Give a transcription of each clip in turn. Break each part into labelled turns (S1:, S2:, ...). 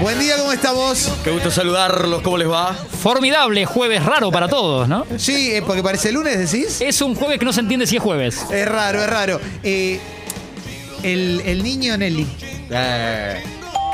S1: Buen día, ¿cómo estamos?
S2: Qué gusto saludarlos, ¿cómo les va?
S3: Formidable jueves raro para todos, ¿no?
S1: Sí, eh, porque parece lunes, decís.
S3: Es un jueves que no se entiende si es jueves.
S1: Es raro, es raro. Eh, el, el niño Nelly,
S2: Eh,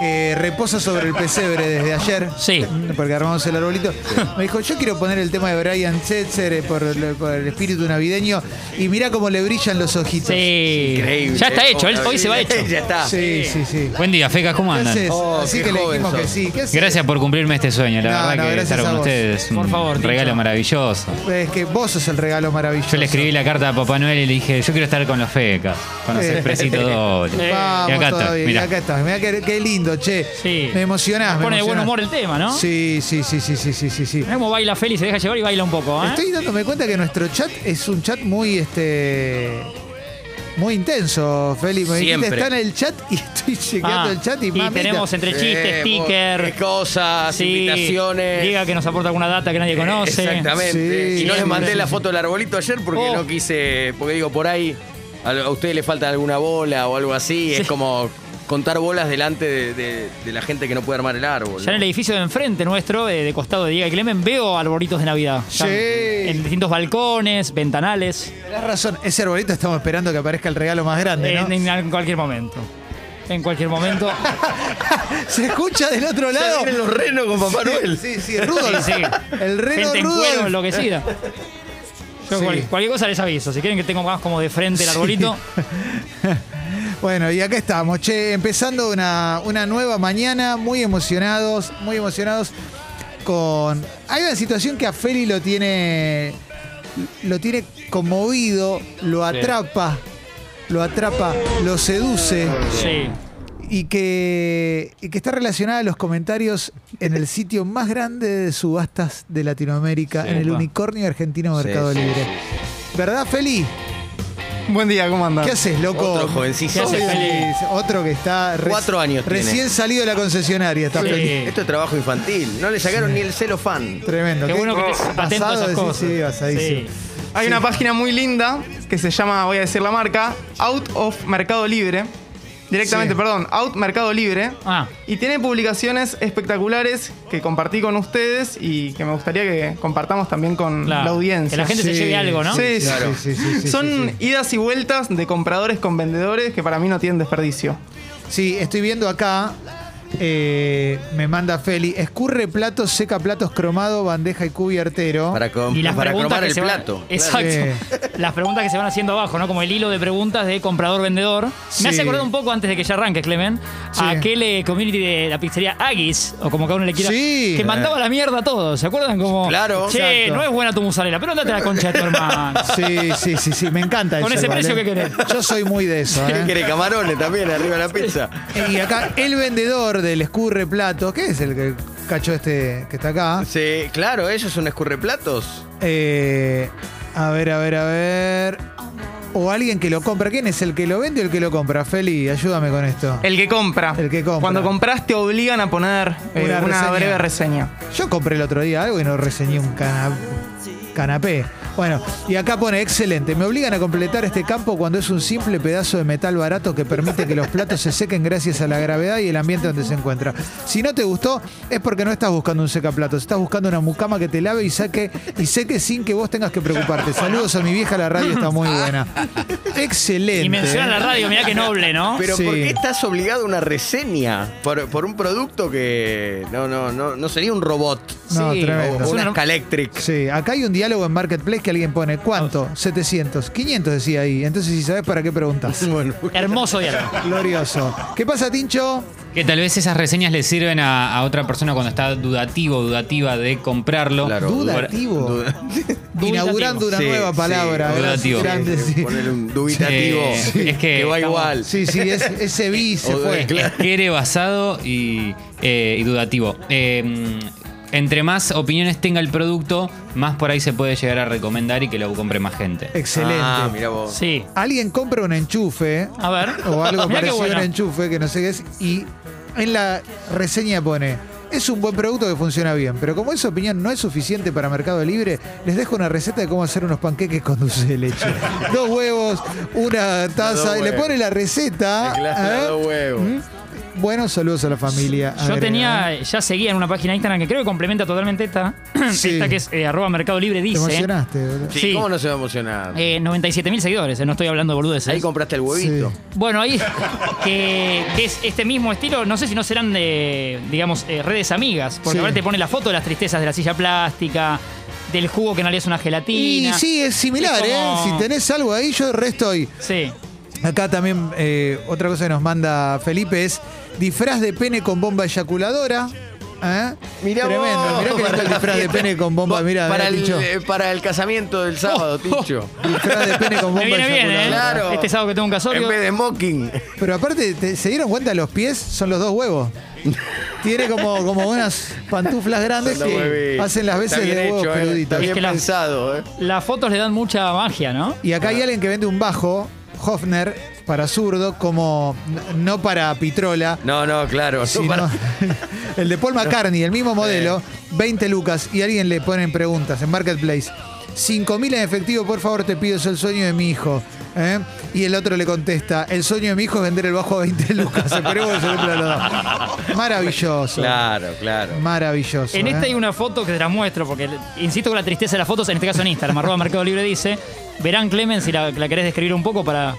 S1: que reposa sobre el pesebre desde ayer,
S3: Sí.
S1: porque armamos el arbolito, me dijo, yo quiero poner el tema de Brian Setzer eh, por, el- por el espíritu navideño, y mirá cómo le brillan los ojitos. Ah,
S3: Sí.
S2: Increíble. ¿eh?
S3: Ya está hecho, él- hoy se va hecho.
S2: ya está.
S1: sí, sí. sí.
S4: Buen día, Fecas, ¿cómo andan?
S1: Entonces,
S2: Oh,
S1: así
S2: qué
S1: que le
S2: joven
S1: dijimos que
S2: sos.
S1: sí. ¿Qué haces?
S4: Gracias por cumplirme este sueño, la
S1: No, no,
S4: verdad que
S1: gracias
S4: estar
S1: a
S4: con
S1: vos.
S4: ustedes.
S3: Por
S4: un
S3: favor, Tincho.
S4: regalo maravilloso.
S1: Es que vos sos el regalo maravilloso.
S4: Yo le escribí la carta a Papá Noel y le dije, yo quiero estar con los Fecas, con los
S1: Eh.
S4: expresitos
S3: Eh,
S4: dobles.
S1: Vamos
S4: Y acá está,
S1: todavía,
S4: mirá.
S1: y acá estás. Mirá qué, qué lindo, che.
S3: Sí.
S1: Me emocionás. me
S3: Pone de buen
S1: emocionás.
S3: humor el tema, ¿no?
S1: Sí, sí, sí, sí, sí, sí, sí, sí.
S3: Mirá cómo baila Feli, se deja llevar y baila un poco, ¿eh?
S1: Estoy dándome cuenta que nuestro chat es un chat muy este. Muy intenso, Feli. Me dijiste,
S2: Siempre.
S1: está en el chat y estoy
S3: Ah,
S1: chequeando el chat y, mamita.
S3: tenemos entre chistes,
S2: Eh,
S3: stickers,
S2: qué cosas, invitaciones. Eh,
S3: Diga que nos aporta alguna data que nadie conoce.
S2: Exactamente.
S1: Sí.
S2: y no les mandé
S3: Sí, sí,
S2: la
S3: sí.
S2: foto del arbolito ayer porque
S3: Oh.
S2: no quise. Porque digo, por ahí a, a ustedes les falta alguna bola o algo así. Es como contar bolas delante de, de- de la gente que no puede armar el árbol.
S3: Ya en el
S2: ¿no?
S3: edificio de enfrente nuestro, eh, de costado de Diego y Clemen, veo arbolitos de Navidad.
S1: Sí.
S3: En distintos balcones, ventanales,
S1: Tenés razón, ese arbolito estamos esperando que aparezca el regalo más grande, ¿no?
S3: en, en- en cualquier momento. En cualquier momento.
S1: Se escucha del otro
S2: Ya
S1: lado.
S2: vienen los renos con Papá Noel.
S1: Sí, sí, Rudolf.
S3: Sí, sí.
S1: El reno
S3: gente en
S1: Rudolf.
S3: cuero enloquecida. Yo
S1: Sí.
S3: cual- cualquier cosa les aviso. Si quieren que tengo más como de frente el
S1: Sí.
S3: arbolito,
S1: Bueno, y acá estamos, che, empezando una, una nueva mañana, muy emocionados, muy emocionados con... Hay una situación que a Feli lo tiene, lo tiene conmovido, lo atrapa, lo atrapa, lo seduce
S3: sí.
S1: y que, y que está relacionada a los comentarios en el sitio más grande de subastas de Latinoamérica, en el
S3: Opa.
S1: unicornio argentino
S2: Sí,
S1: Mercado
S2: sí,
S1: Libre. ¿Verdad, Feli?
S5: Buen día, ¿cómo andan?
S1: ¿Qué haces, loco?
S2: Otro jovencito.
S3: ¿Qué hace
S1: Sí,
S3: Feli?
S1: Otro que está reci-
S2: Cuatro años tiene.
S1: recién salido de la concesionaria. Está
S3: Sí.
S1: feliz.
S2: Esto es trabajo infantil. No le sacaron ni el celofán.
S1: Tremendo.
S3: Qué bueno que estés atento a
S1: basado
S3: esas
S1: decís,
S3: cosas.
S1: sí, basadísimo.
S5: Hay una página muy linda que se llama, voy a decir la marca, Out of Mercado Libre. Directamente,
S1: Sí.
S5: perdón, Out Mercado Libre.
S3: Ah.
S5: Y tiene publicaciones espectaculares que compartí con ustedes y que me gustaría que compartamos también con
S3: Claro.
S5: la audiencia.
S3: Que la gente se lleve algo, ¿no?
S5: Sí, sí.
S1: claro. Sí, sí, sí, sí,
S5: Son
S1: sí.
S5: idas y vueltas de compradores con vendedores que para mí no tienen desperdicio.
S1: Sí, estoy viendo acá. eh, me manda Feli. Escurre platos, seca platos, cromado, bandeja y cubiertero.
S2: Para, com-
S3: Y las
S2: para
S3: preguntas
S2: cromar
S3: que
S2: el
S3: se van-
S2: plato.
S3: Exacto. Las preguntas que se van haciendo abajo, ¿no? Como el hilo de preguntas de comprador-vendedor.
S1: Sí.
S3: Me hace acordar un poco antes de que ya arranques, Clemen,
S1: Sí.
S3: a aquel eh, community de la pizzería Agis, o como cada uno le quiera,
S1: Sí.
S3: que mandaba la mierda a todos. ¿Se acuerdan? Como,
S2: Claro.
S3: Che,
S1: Exacto.
S3: no es buena tu musarela, pero andate a la concha de tu hermano.
S1: Sí, sí, sí, sí. Me encanta
S3: Con
S1: eso,
S3: ese
S1: igual,
S3: precio
S1: ¿eh?
S3: que querés.
S1: Yo soy muy de eso. ¿eh?
S2: ¿Quién quiere camarones también arriba de la pizza?
S1: Y acá el vendedor del escurre platos, ¿qué es el que- cacho este que está acá?
S2: Sí, claro, eso es un escurreplatos.
S1: Eh, a ver, a ver, a ver. O alguien que lo compra. ¿Quién es el que lo vende o el que lo compra? Feli, ayúdame con esto.
S5: El que compra.
S1: El que compra.
S5: Cuando compras te obligan a poner eh,
S1: Una
S5: una,
S1: reseña.
S5: breve reseña.
S1: Yo compré el otro día algo y no reseñé un cana- canapé. Bueno, y acá pone, excelente, me obligan a completar este campo cuando es un simple pedazo de metal barato que permite que los platos se sequen gracias a la gravedad y el ambiente donde se encuentra. Si no te gustó, es porque no estás buscando un secaplatos, estás buscando una mucama que te lave y saque y seque sin que vos tengas que preocuparte. Saludos a mi vieja, la radio está muy buena. Excelente. ¿eh?
S3: Y menciona la radio, mirá que noble, ¿no?
S2: Pero
S1: Sí.
S2: ¿por qué estás obligado a una reseña por, por un producto que no no no no sería un robot
S1: No,
S3: Sí,
S2: o
S1: tremendo.
S3: Es
S2: una
S3: una-
S2: escaléctrica?
S1: Sí, acá hay un diálogo en Marketplace que alguien pone, ¿cuánto? 700, 500 decía ahí. Entonces, si sabes para qué preguntas.
S2: Bueno,
S3: Hermoso diálogo.
S1: Glorioso. ¿Qué pasa, Tincho?
S4: Que tal vez esas reseñas le sirven a, a otra persona cuando está dudativo, dudativa de comprarlo.
S2: Claro.
S1: Dudativo.
S2: duda-
S1: Inaugurando una
S2: Sí,
S1: nueva
S2: sí,
S1: palabra. ¿eh?
S4: dudativo.
S1: Grande, sí.
S2: Poner un dubitativo.
S4: Eh, Sí. es que
S2: que va
S4: estamos-
S2: igual.
S1: Sí, sí, es- ese vi se
S2: O de-
S1: fue.
S2: claro.
S4: Quiere basado y, eh, y dudativo. Eh, entre más opiniones tenga el producto, más por ahí se puede llegar a recomendar y que lo compre más gente.
S2: Ah,
S1: Excelente.
S2: mira vos.
S3: Sí.
S1: Alguien compra un enchufe
S3: A ver.
S1: o algo
S3: Mirá qué
S1: parecido a un
S3: bueno.
S1: enchufe que no sé qué es y en la reseña pone. Es un buen producto que funciona bien, pero como esa opinión no es suficiente para Mercado Libre, les dejo una receta de cómo hacer unos panqueques con dulce de leche. dos huevos, una taza, y le
S2: huevos.
S1: pone la receta.
S2: Claro,
S1: ¿eh?
S2: huevo.
S1: ¿Mm? Bueno, saludos a la familia.
S3: Yo
S1: agrega.
S3: tenía, ya seguía en una página de Instagram que creo que complementa totalmente esta,
S1: Sí.
S3: esta que es eh, arroba Mercado Libre,
S1: Te
S3: dice
S1: emocionaste, boludo.
S2: Sí,
S3: Sí.
S2: ¿Cómo no se va a emocionar?
S3: eh, 97 mil seguidores, eh, no estoy hablando de boludeces.
S2: Ahí compraste el huevito.
S1: Sí.
S3: Bueno, ahí que, que es este mismo estilo, no sé si no serán de, digamos, eh, redes amigas,
S1: Sí.
S3: porque ahora te pone la foto de las tristezas de la silla plástica, del jugo que en realidad es una
S1: Y
S3: gelatina.
S1: sí, es similar,
S3: Es
S1: ¿eh?
S3: como-
S1: Si tenés algo ahí, yo resto estoy.
S3: Sí.
S1: Acá también eh, otra cosa que nos manda Felipe es disfraz de pene con bomba eyaculadora. ¿Eh?
S2: Mirá
S1: Tremendo,
S2: vos.
S1: mirá que lindo el disfraz de pene con bomba,
S2: Vos,
S1: mirá,
S2: para,
S1: mirá,
S2: el,
S1: Ticho.
S2: eh, para el casamiento del sábado, Ticho.
S1: Disfraz de pene con
S3: Me
S1: bomba
S3: viene bien, ¿eh?
S1: eyaculadora.
S2: Claro.
S3: Este sábado que tengo un
S2: En
S3: casorio.
S2: vez de mocking.
S1: Pero aparte, ¿te- ¿se dieron cuenta? Los pies son los dos huevos. Tiene como, como unas pantuflas grandes
S2: Anda,
S1: que
S2: hueví.
S1: hacen las
S2: Está
S1: veces
S2: bien
S1: de huevos
S2: hecho, eh. Está
S1: peluditos.
S2: bien
S3: Es que la-
S2: pensado, eh.
S3: Las fotos le dan mucha magia, ¿no?
S1: Y acá hay alguien que vende un bajo, Hofner, para zurdo, como no para Pitrola,
S2: No, no, claro. no
S1: sino
S2: para-
S1: el de Paul McCartney, el mismo modelo, 20 lucas, y alguien le ponen preguntas en Marketplace. 5.000 en efectivo, por favor, te pido, es el sueño de mi hijo. ¿eh? Y el otro le contesta, el sueño de mi hijo es vender el bajo a 20 lucas. Esperemos que se cumplan los dos. Maravilloso.
S2: Claro, claro.
S1: Maravilloso.
S3: En
S1: ¿eh?
S3: esta hay una foto que te la muestro, porque insisto con la tristeza de las fotos, en este caso en Instagram, arroba Mercado Libre dice. Verán, Clemens, si la, la querés describir un poco para.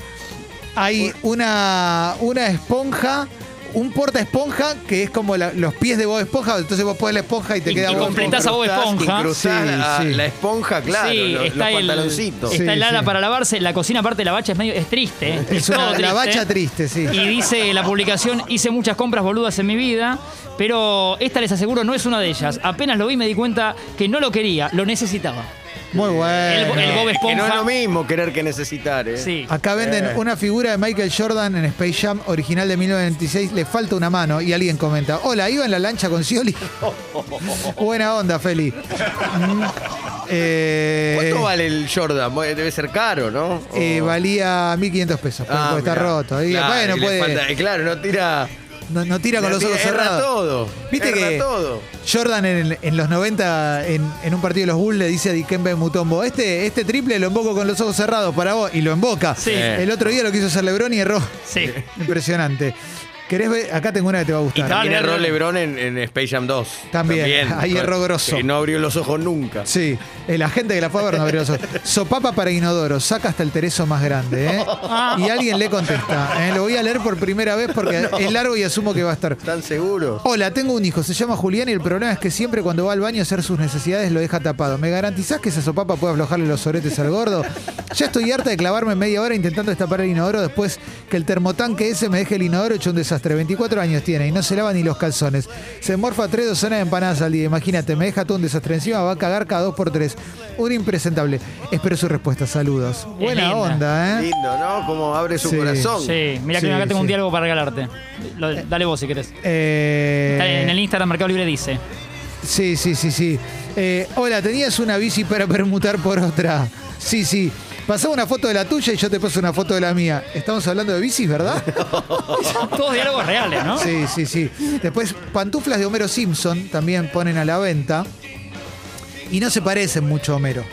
S1: Hay una, una esponja, un porta esponja que es como la- los pies de Bob Esponja, entonces vos pones la esponja y te
S3: Y-
S1: queda
S3: y
S1: Bob
S3: completás
S1: Esponja.
S3: a Bob
S2: Cruzás,
S3: Esponja.
S2: cruzás
S1: Sí,
S2: la,
S1: sí.
S2: la esponja, claro.
S3: Sí,
S2: lo- los,
S3: el,
S2: pantaloncitos. Eh,
S3: está el
S1: Sí,
S3: ala
S1: sí.
S3: para lavarse. La cocina, aparte de la bacha, es medio. Es triste. ¿eh? Es,
S1: Es una
S3: todo
S1: la
S3: triste.
S2: ¿eh?
S1: bacha triste, sí.
S3: Y dice la publicación, hice muchas compras boludas en mi vida, pero esta les aseguro no es una de ellas. Apenas lo vi me di cuenta que no lo quería, lo necesitaba.
S1: Muy
S3: El,
S1: bueno.
S3: el Bob
S2: Que no es
S3: Esponja.
S2: lo mismo querer que necesitar, ¿eh?
S3: sí.
S1: Acá venden
S2: Eh.
S1: una figura de Michael Jordan en Space Jam, original de 1996. Le falta una mano y alguien comenta: Hola, iba en la lancha con Scioli. Buena onda, Feli. Mm, eh,
S2: ¿Cuánto vale el Jordan? Bueno, Debe ser caro, ¿no? O-
S1: eh, valía 1.500 pesos,
S2: Ah,
S1: porque está
S2: mirá.
S1: roto. Y
S2: Claro,
S1: bueno,
S2: y le
S1: puede-
S2: falta- eh, claro, no tira.
S1: no, no tira con
S2: no
S1: los
S2: tira-
S1: ojos
S2: erra
S1: cerrados.
S2: todo.
S1: Viste
S2: erra
S1: que
S2: todo.
S1: Jordan en, el- en los 90, en, en un partido de los Bulls, le dice a Dikembe Mutombo, este, este triple lo emboco con los ojos cerrados para vos, y lo emboca.
S3: Sí.
S1: El otro día lo quiso hacer Lebron y erró.
S3: Sí.
S1: Impresionante. ¿Querés ver? Acá tengo una que te va a
S2: Y
S1: gustar.
S2: también
S3: Dale,
S2: erró
S3: dale.
S2: LeBron en, en Space Jam 2.
S1: También, ahí erró grosso.
S2: Que no abrió los ojos nunca.
S1: Sí, eh, la gente que la fue a ver no abrió los ojos. Sopapa para inodoro, saca hasta el tereso más grande, ¿eh?
S3: Ah.
S1: Y alguien le contesta, ¿eh? Lo voy a leer por primera vez porque es largo y asumo que va a estar.
S2: ¿Están seguros?
S1: Hola, tengo un hijo, se llama Julián y el problema es que siempre cuando va al baño a hacer sus necesidades lo deja tapado. ¿Me garantizás que esa sopapa puede aflojarle los oretes al gordo? Ya estoy harta de clavarme media hora intentando destapar el inodoro después que el termotanque ese me deje el inodoro hecho un desastre. 24 años tiene y no se lava ni los calzones. Se morfa tres docenas de empanadas al día. Imagínate, me deja todo un desastre encima, va a cagar cada dos por tres. Un impresentable. Espero su respuesta. Saludos. Buena
S3: linda.
S1: onda, ¿eh?
S2: Lindo, ¿no? Como abre su
S1: Sí.
S2: corazón.
S3: Sí, mira que
S1: Sí,
S3: acá tengo
S1: sí.
S3: un diálogo para regalarte. Lo- dale vos si querés.
S1: Eh,
S3: Está en el Instagram Mercado Libre dice.
S1: Sí, sí, sí, sí. Eh, hola, tenías una bici para permutar por otra. Sí, sí. Pasaba una foto de la tuya y yo te paso una foto de la mía. Estamos hablando de bicis, ¿verdad?
S3: Todos diálogos reales, ¿no?
S1: Sí, sí, sí. Después, pantuflas de Homero Simpson también ponen a la venta. Y no se parecen mucho a Homero.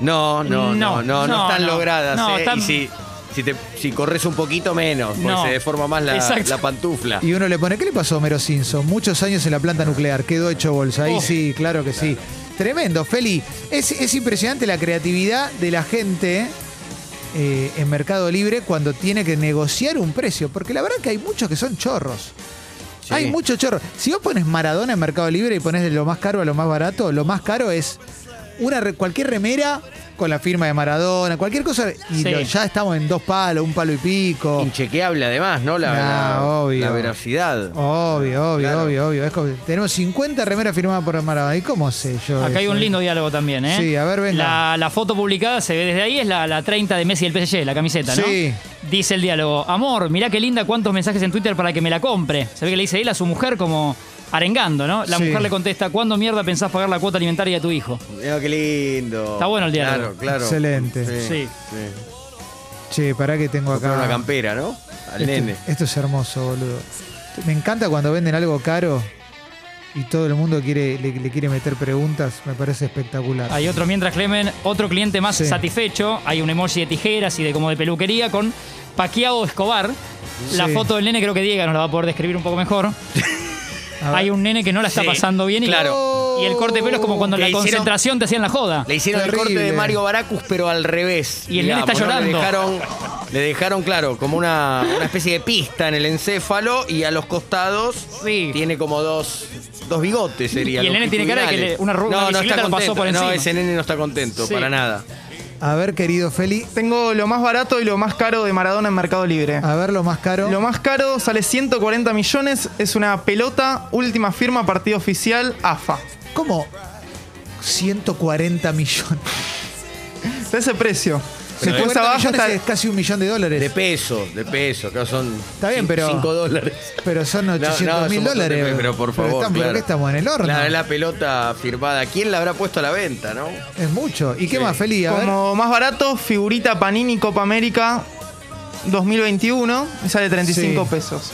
S2: No, no, no, no, no,
S3: No, no,
S2: están
S3: no.
S2: logradas.
S3: No,
S2: ¿eh?
S3: están-
S2: Y si, si, te, si corres un poquito menos, porque
S3: No.
S2: se deforma más la,
S3: Exacto.
S2: la pantufla.
S1: Y uno le pone, ¿qué le pasó a Homero Simpson? Muchos años en la planta nuclear, quedó hecho bolsa. Ahí
S3: Oh.
S1: sí, claro que sí. Tremendo, Feli. Es, es impresionante la creatividad de la gente eh, en Mercado Libre cuando tiene que negociar un precio. Porque la verdad que hay muchos que son chorros.
S2: Sí.
S1: Hay muchos chorros. Si vos pones Maradona en Mercado Libre y pones de lo más caro a lo más barato, lo más caro es una re- cualquier remera con la firma de Maradona, cualquier cosa. Y
S3: Sí.
S1: lo- ya estamos en dos palos, un palo y pico.
S2: Inchequeable además, ¿no? La,
S1: Nah,
S2: la-
S1: obvio. Oh.
S2: la veracidad.
S1: Obvio, obvio,
S2: Claro.
S1: obvio, obvio. Es como- tenemos 50 remeras firmadas por Maradona. ¿Y cómo sé yo?
S3: Acá hay
S1: eso?
S3: un lindo diálogo también, ¿eh?
S1: Sí, a ver, venga.
S3: La, la foto publicada se ve desde ahí, es la, la 30 de Messi del PSG, la camiseta, ¿no?
S1: Sí.
S3: Dice el diálogo, amor, mirá qué linda cuántos mensajes en Twitter para que me la compre. Se ve que le dice él a su mujer como arengando, ¿no? La
S1: Sí.
S3: mujer le contesta, ¿cuándo mierda pensás pagar la cuota alimentaria a tu hijo?
S2: Mira qué lindo.
S3: Está bueno el diálogo.
S2: Claro, claro.
S1: Excelente.
S3: Sí.
S2: sí.
S1: Che, pará que tengo
S2: Comprar una
S1: acá.
S2: campera, ¿no? Al
S1: Esto,
S2: nene.
S1: esto es hermoso, boludo. Me encanta cuando venden algo caro y y todo el mundo quiere, le, le quiere meter preguntas, me parece espectacular.
S3: Hay otro mientras Clemen, otro cliente más
S1: Sí.
S3: satisfecho. Hay un emoji de tijeras y de como de peluquería con Paquiao Escobar. La
S1: Sí.
S3: foto del nene creo que Diego nos la va a poder describir un poco mejor.
S1: A ver.
S3: Hay un nene que no la está
S2: Sí,
S3: pasando bien y,
S2: claro.
S3: y el corte de pelo es como cuando
S2: Le
S3: la
S2: hicieron-
S3: concentración te hacían la joda.
S2: Le hicieron el
S1: Terrible.
S2: corte de Mario Baracus, pero al revés.
S3: Y el nene está
S2: digamos, ¿no?
S3: llorando.
S2: Le dejaron, le dejaron, claro, como una, una especie de pista en el encéfalo y a los costados
S3: Sí.
S2: tiene como dos, dos bigotes, sería.
S3: Y el nene tiene cara de que
S2: longitudinales.
S3: le- una ru-
S2: no,
S3: una
S2: no
S3: bicicleta
S2: está
S3: lo
S2: contento.
S3: pasó por
S2: No,
S3: encima.
S2: ese nene no está contento,
S3: Sí.
S2: para nada.
S1: A ver, querido Feli,
S5: Tengo lo más barato y lo más caro de Maradona en Mercado Libre.
S1: a ver lo más caro.
S5: Lo más caro sale 140 millones, es una pelota, última firma, partido oficial, AFA.
S1: ¿Cómo? 140 millones.
S5: De ese precio.
S2: Pero
S5: Después
S1: 40
S5: abajo
S1: millones
S5: está
S1: es casi un millón de dólares.
S2: De peso, de peso, acá son
S1: Está bien, pero-
S2: 5 dólares.
S1: pero son 800
S2: No, no, es
S1: mil
S2: un montón de
S1: dólares.
S2: pesos, pero por favor.
S1: estamos, pero
S2: claro.
S1: que estamos en el horno.
S2: La, la pelota firmada. ¿Quién la habrá puesto a la venta, no?
S1: Es mucho. ¿Y qué
S2: Sí.
S1: más, Feli? A ver.
S5: como más barato, figurita Panini Copa América 2021, y sale 35
S1: Sí.
S5: pesos.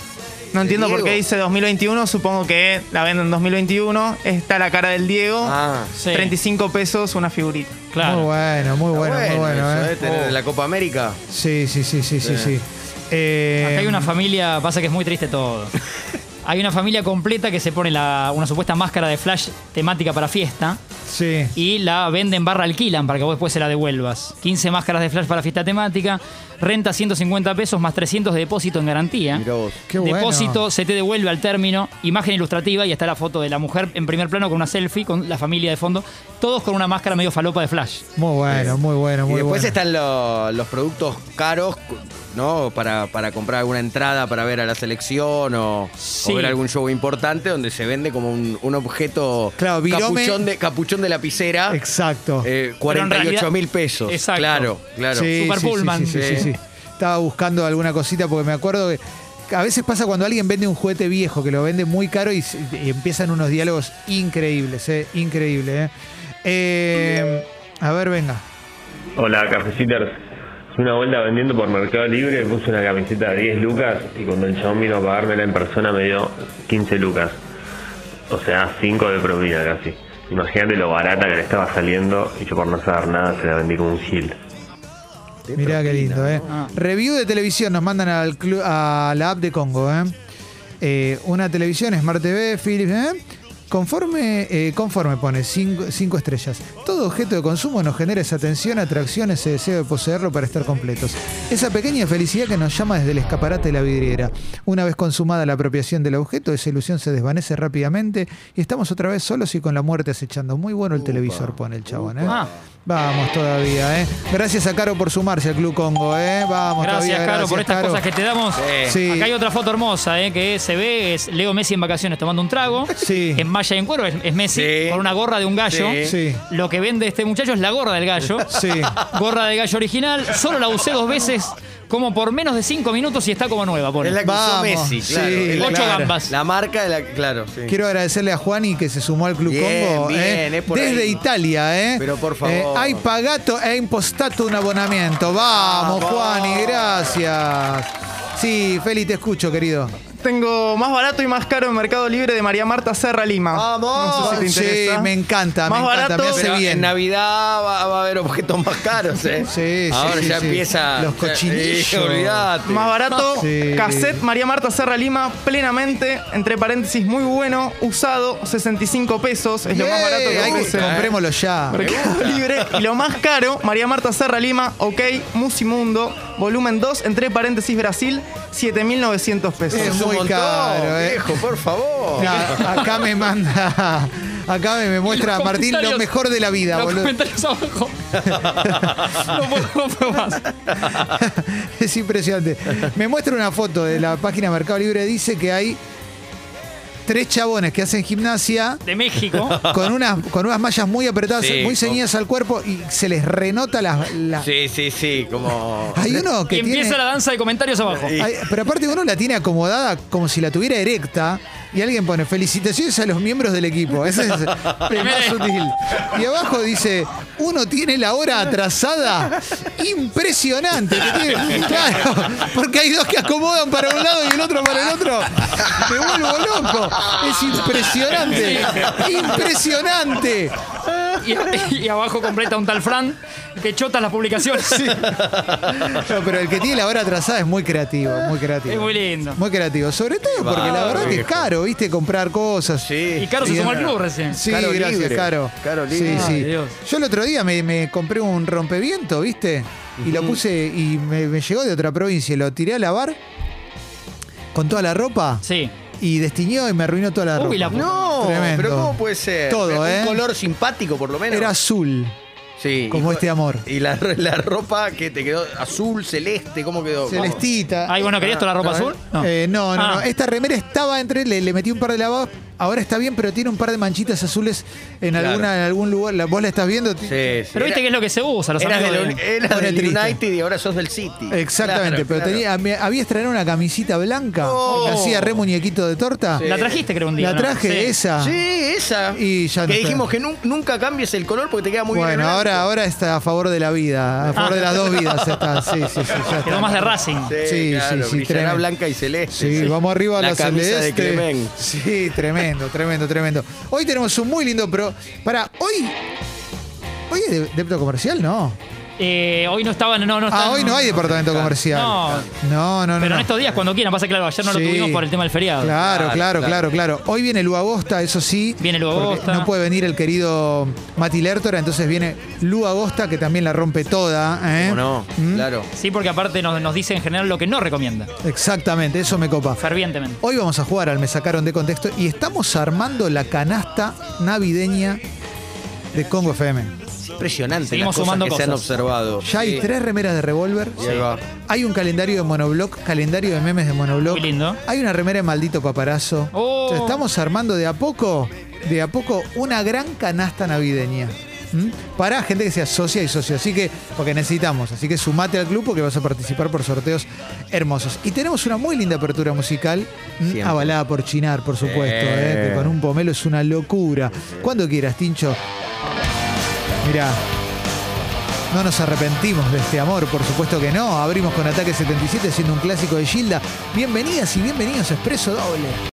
S5: No entiendo por
S2: Diego?
S5: qué dice 2021, supongo que la venden en 2021. Está la cara del Diego.
S2: Ah.
S3: Sí.
S5: 35 pesos una figurita.
S3: Claro.
S1: Muy bueno, muy bueno,
S2: Está
S1: muy bueno.
S2: eso,
S1: ¿eh?
S2: ¿eh?
S3: Oh.
S2: Tener la Copa América.
S1: Sí, sí, sí, sí, sí,
S2: Sí.
S1: sí. Eh,
S3: Acá hay una familia, pasa que es muy triste todo. Hay una familia completa que se pone la- una supuesta máscara de flash temática para fiesta
S1: Sí.
S3: y la venden barra alquilan para que vos después se la devuelvas. 15 máscaras de flash para fiesta temática, renta 150 pesos más 300 de depósito en garantía.
S2: Mirá vos.
S1: Qué bueno.
S3: depósito se te devuelve al término, imagen ilustrativa y está la foto de la mujer en primer plano con una selfie con la familia de fondo, todos con una máscara medio falopa de flash.
S1: Muy bueno, muy bueno,
S2: Y
S1: muy
S2: después
S1: bueno.
S2: están lo- los productos caros, ¿no? Para, para comprar alguna entrada para ver a la selección o,
S3: Sí.
S2: o ver algún show importante donde se vende como un, un objeto
S1: Claro, virome.
S2: capuchón, de, capuchón de lapicera.
S1: Exacto.
S2: Eh,
S3: Pero en realidad-
S2: 48 mil pesos.
S3: Exacto.
S2: Claro, claro.
S3: Super Pullman.
S1: Sí, sí, sí, sí, sí. Estaba buscando alguna cosita porque me acuerdo que a veces pasa cuando alguien vende un juguete viejo que lo vende muy caro y, se- y empiezan unos diálogos increíbles, eh, increíble. eh. Eh, a ver, venga.
S6: Hola, cafeciters. Una vuelta vendiendo por Mercado Libre puse una camiseta de 10 lucas y cuando el chabón vino a pagármela en persona me dio 15 lucas. O sea, 5 de propina casi. Imagínate lo barata que le estaba saliendo y yo por no saber nada se la vendí como un gil.
S1: Mirá qué lindo, ¿eh?
S3: Ah.
S1: Review de televisión nos mandan al clu- a la app de Congo, ¿eh? Eh, una televisión, Smart TV, Philips, ¿eh? Conforme, eh, conforme pone, cinco, cinco estrellas. Todo objeto de consumo nos genera esa tensión, atracción, ese deseo de poseerlo para estar completos. Esa pequeña felicidad que nos llama desde el escaparate de la vidriera. Una vez consumada la apropiación del objeto, esa ilusión se desvanece rápidamente y estamos otra vez solos y con la muerte acechando. Muy bueno el televisor, pone el chabón, ¿eh?
S3: Ah.
S1: Vamos todavía, ¿eh? Gracias a Caro por sumarse al Club Congo, ¿eh? Vamos
S3: Gracias,
S1: todavía.
S3: Caro, por estas cosas que te damos.
S1: Sí.
S3: Acá hay otra foto hermosa eh, que se ve, es Leo Messi en vacaciones tomando un trago.
S1: Sí.
S3: En malla y en cuero es, es Messi,
S2: Sí.
S3: con una gorra de un gallo.
S2: Sí.
S1: Sí.
S3: Lo que vende este muchacho es la gorra del gallo.
S1: Sí.
S3: Gorra de gallo original, solo la usé dos veces, como por menos de cinco minutos y está como nueva. pone.
S2: Es la que usó
S1: Vamos,
S2: Messi, claro.
S1: sí,
S2: Es la-
S3: Ocho
S1: claro.
S3: gambas.
S2: La marca de la. Claro, sí.
S1: Quiero agradecerle a Juani que se sumó al Club
S2: Bien,
S1: Congo.
S2: bien,
S1: ¿eh?
S2: es por
S1: Desde
S2: ahí.
S1: Italia, ¿eh?
S2: Pero por favor.
S1: Eh, hai pagato e impostato un abonamiento. Vamos,
S2: Vamos.
S1: Juani, gracias. Sí, Feli, te escucho, querido.
S5: Tengo más barato y más caro en Mercado Libre de María Marta Serra Lima.
S1: Ah,
S2: ¡Vamos!
S5: No sé si te
S1: sí,
S5: interesa.
S1: me encanta, me
S5: Más
S1: encanta, me
S5: barato,
S1: hace
S2: Pero
S1: bien.
S2: En Navidad va, va a haber objetos más caros, ¿eh?
S1: Sí, sí,
S2: Ahora
S1: sí,
S2: ya
S1: sí. Los
S2: empieza. ya- eh,
S1: cochinillos.
S2: Sí, olvidate.
S5: Más barato,
S1: Sí.
S5: cassette María Marta Serra Lima, plenamente, entre paréntesis, muy bueno, usado, 65 pesos, es lo más
S1: Yey,
S5: barato que ¿eh?
S1: hay que-
S5: ofrece.
S1: Comprémoslo ya.
S5: Mercado Libre. Y lo más caro, María Marta Serra Lima, OK, Musimundo, volumen 2, entre paréntesis Brasil, 7.900 pesos.
S1: Es
S2: Es un
S1: muy
S2: montón,
S1: caro, ¿eh?
S2: viejo, por favor.
S1: No, acá me manda. Acá me, me muestra
S3: Los
S1: Martín lo
S3: comentarios-
S1: mejor de la vida,
S3: Los
S1: boludo.
S3: comentarios abajo. no puedo, no puedo más.
S1: es impresionante. Me muestra una foto de la página Mercado Libre. Dice que hay tres chabones que hacen gimnasia
S3: De México.
S1: con unas, con unas mallas muy apretadas,
S2: Sí,
S1: muy ceñidas al cuerpo y se les renota las. las-
S2: Sí, sí, sí, como.
S1: Hay uno
S3: Y
S1: que
S3: empieza
S1: tiene.
S3: la danza de comentarios abajo.
S1: Ay, pero aparte uno la tiene acomodada como si la tuviera erecta Y alguien pone, felicitaciones a los miembros del equipo. Ese es el más sutil. Y abajo dice, uno tiene la hora atrasada. Impresionante. que tiene- Claro, porque hay dos que acomodan para un lado y el otro para el otro. Me vuelvo loco. Es impresionante. Impresionante.
S3: Y, y abajo completa un tal Fran que chota las publicaciones.
S1: No, pero el que tiene la hora atrasada es muy creativo, muy creativo.
S3: Es muy lindo.
S1: Muy creativo, sobre todo porque la verdad que es caro, viste, comprar cosas.
S2: Sí.
S3: Y Caro se sumó al club recién.
S1: Sí,
S2: Caro
S1: gracias,
S2: libre.
S1: Caro.
S2: Caro
S1: Sí,
S2: libre.
S1: sí.
S3: Ay, Dios.
S1: Yo el otro día me, me compré un rompeviento, ¿viste? Y lo puse y me, me llegó de otra provincia y lo tiré a lavar con toda la ropa
S3: Sí.
S1: y destiñó y me arruinó toda la
S3: Uy,
S1: ropa.
S3: la puta.
S2: No,
S1: Tremendo.
S2: pero ¿cómo puede ser?
S1: Todo,
S2: Un
S1: ¿eh?
S2: color simpático, por lo menos.
S1: Era azul.
S2: Sí.
S1: como
S2: co-
S1: este amor.
S2: Y la, la ropa que te quedó azul, celeste, ¿cómo quedó?
S1: Celestita.
S3: Ay, bueno, ¿querías toda la ropa azul? No.
S1: Eh, no, no,
S3: Ah.
S1: no. Esta remera estaba entre. Le, le metí un par de lavados. Ahora está bien, pero tiene un par de manchitas azules en,
S2: Claro.
S1: alguna, en algún lugar. La- ¿Vos la estás viendo?
S2: Sí, sí.
S3: Pero viste que es lo que se usa, los
S2: Eras
S3: amigos
S2: del,
S3: de-
S2: eras
S1: Pone
S2: del
S1: triste.
S2: United y ahora sos del City.
S1: Exactamente,
S2: Claro,
S1: pero
S2: claro.
S1: tenía, me- había estrenado una camisita blanca
S2: No.
S1: que hacía re muñequito de torta.
S2: Sí.
S3: La trajiste, creo, un día.
S1: La
S3: ¿no?
S1: traje
S3: Sí.
S1: esa.
S2: Sí, esa.
S1: Y ya no
S2: que
S1: está.
S2: dijimos que nu- nunca cambies el color porque te queda muy bien.
S1: bueno,
S2: el
S1: ahora,
S2: blanco.
S1: ahora está a favor de la vida, a favor de las dos vidas está. Sí, sí, sí, ya está.
S3: Quedó más de Racing.
S2: Sí,
S1: Sí,
S2: claro,
S1: sí, sí,
S2: brillará
S1: tremendo.
S2: blanca y celeste.
S1: Sí, vamos arriba a la,
S2: camisa
S1: celeste.
S2: de Clemen.
S1: Sí, tremendo, tremendo, tremendo. Hoy tenemos un muy lindo pro. Para, hoy. Hoy es de- depto comercial, no.
S3: Eh, hoy no estaban, no, no
S1: Ah,
S3: estaban-
S1: hoy no hay departamento comercial.
S3: No.
S1: no, no, no.
S3: Pero en
S1: no.
S3: estos días, cuando quieran, pasa claro, ayer no
S1: Sí.
S3: lo tuvimos por el tema del feriado.
S1: Claro, claro, claro,
S2: Claro,
S1: claro. Hoy viene Lu Agosta, eso sí.
S3: Viene Lu
S1: porque
S3: Agosta.
S1: No puede venir el querido Mati Lertora, entonces viene Lu Agosta, que también la rompe toda. ¿eh?
S2: ¿O no?
S1: ¿Mm?
S2: Claro.
S3: Sí, porque aparte nos, nos dice en general lo que no recomienda,
S1: Exactamente, eso me copa.
S3: fervientemente.
S1: Hoy vamos a jugar al Me Sacaron de Contexto y estamos armando la canasta navideña de Congo FM.
S2: Impresionante
S3: Seguimos
S2: las cosas
S3: sumando
S2: que se han
S3: cosas.
S2: observado.
S1: Ya hay
S2: Sí.
S1: tres remeras de revólver.
S2: Y ahí va.
S1: Hay un calendario de monobloc, calendario de memes de monobloc.
S3: Muy lindo.
S1: Hay una remera de maldito paparazo.
S3: Oh.
S1: O sea, estamos armando de a poco, de a poco, una gran canasta navideña. ¿m? Para gente que se asocia y socio. Así que, porque necesitamos. Así que sumate al club porque vas a participar por sorteos hermosos. Y tenemos una muy linda apertura musical, ¿m?
S2: Siempre.
S1: avalada por Chinar, por supuesto. ¿eh? Que con un pomelo es una locura. Cuando quieras, Tincho. Mirá. No nos arrepentimos de este amor, por supuesto que no. Abrimos con Ataque 77 siendo un clásico de Gilda. Bienvenidas y bienvenidos a Expreso Doble.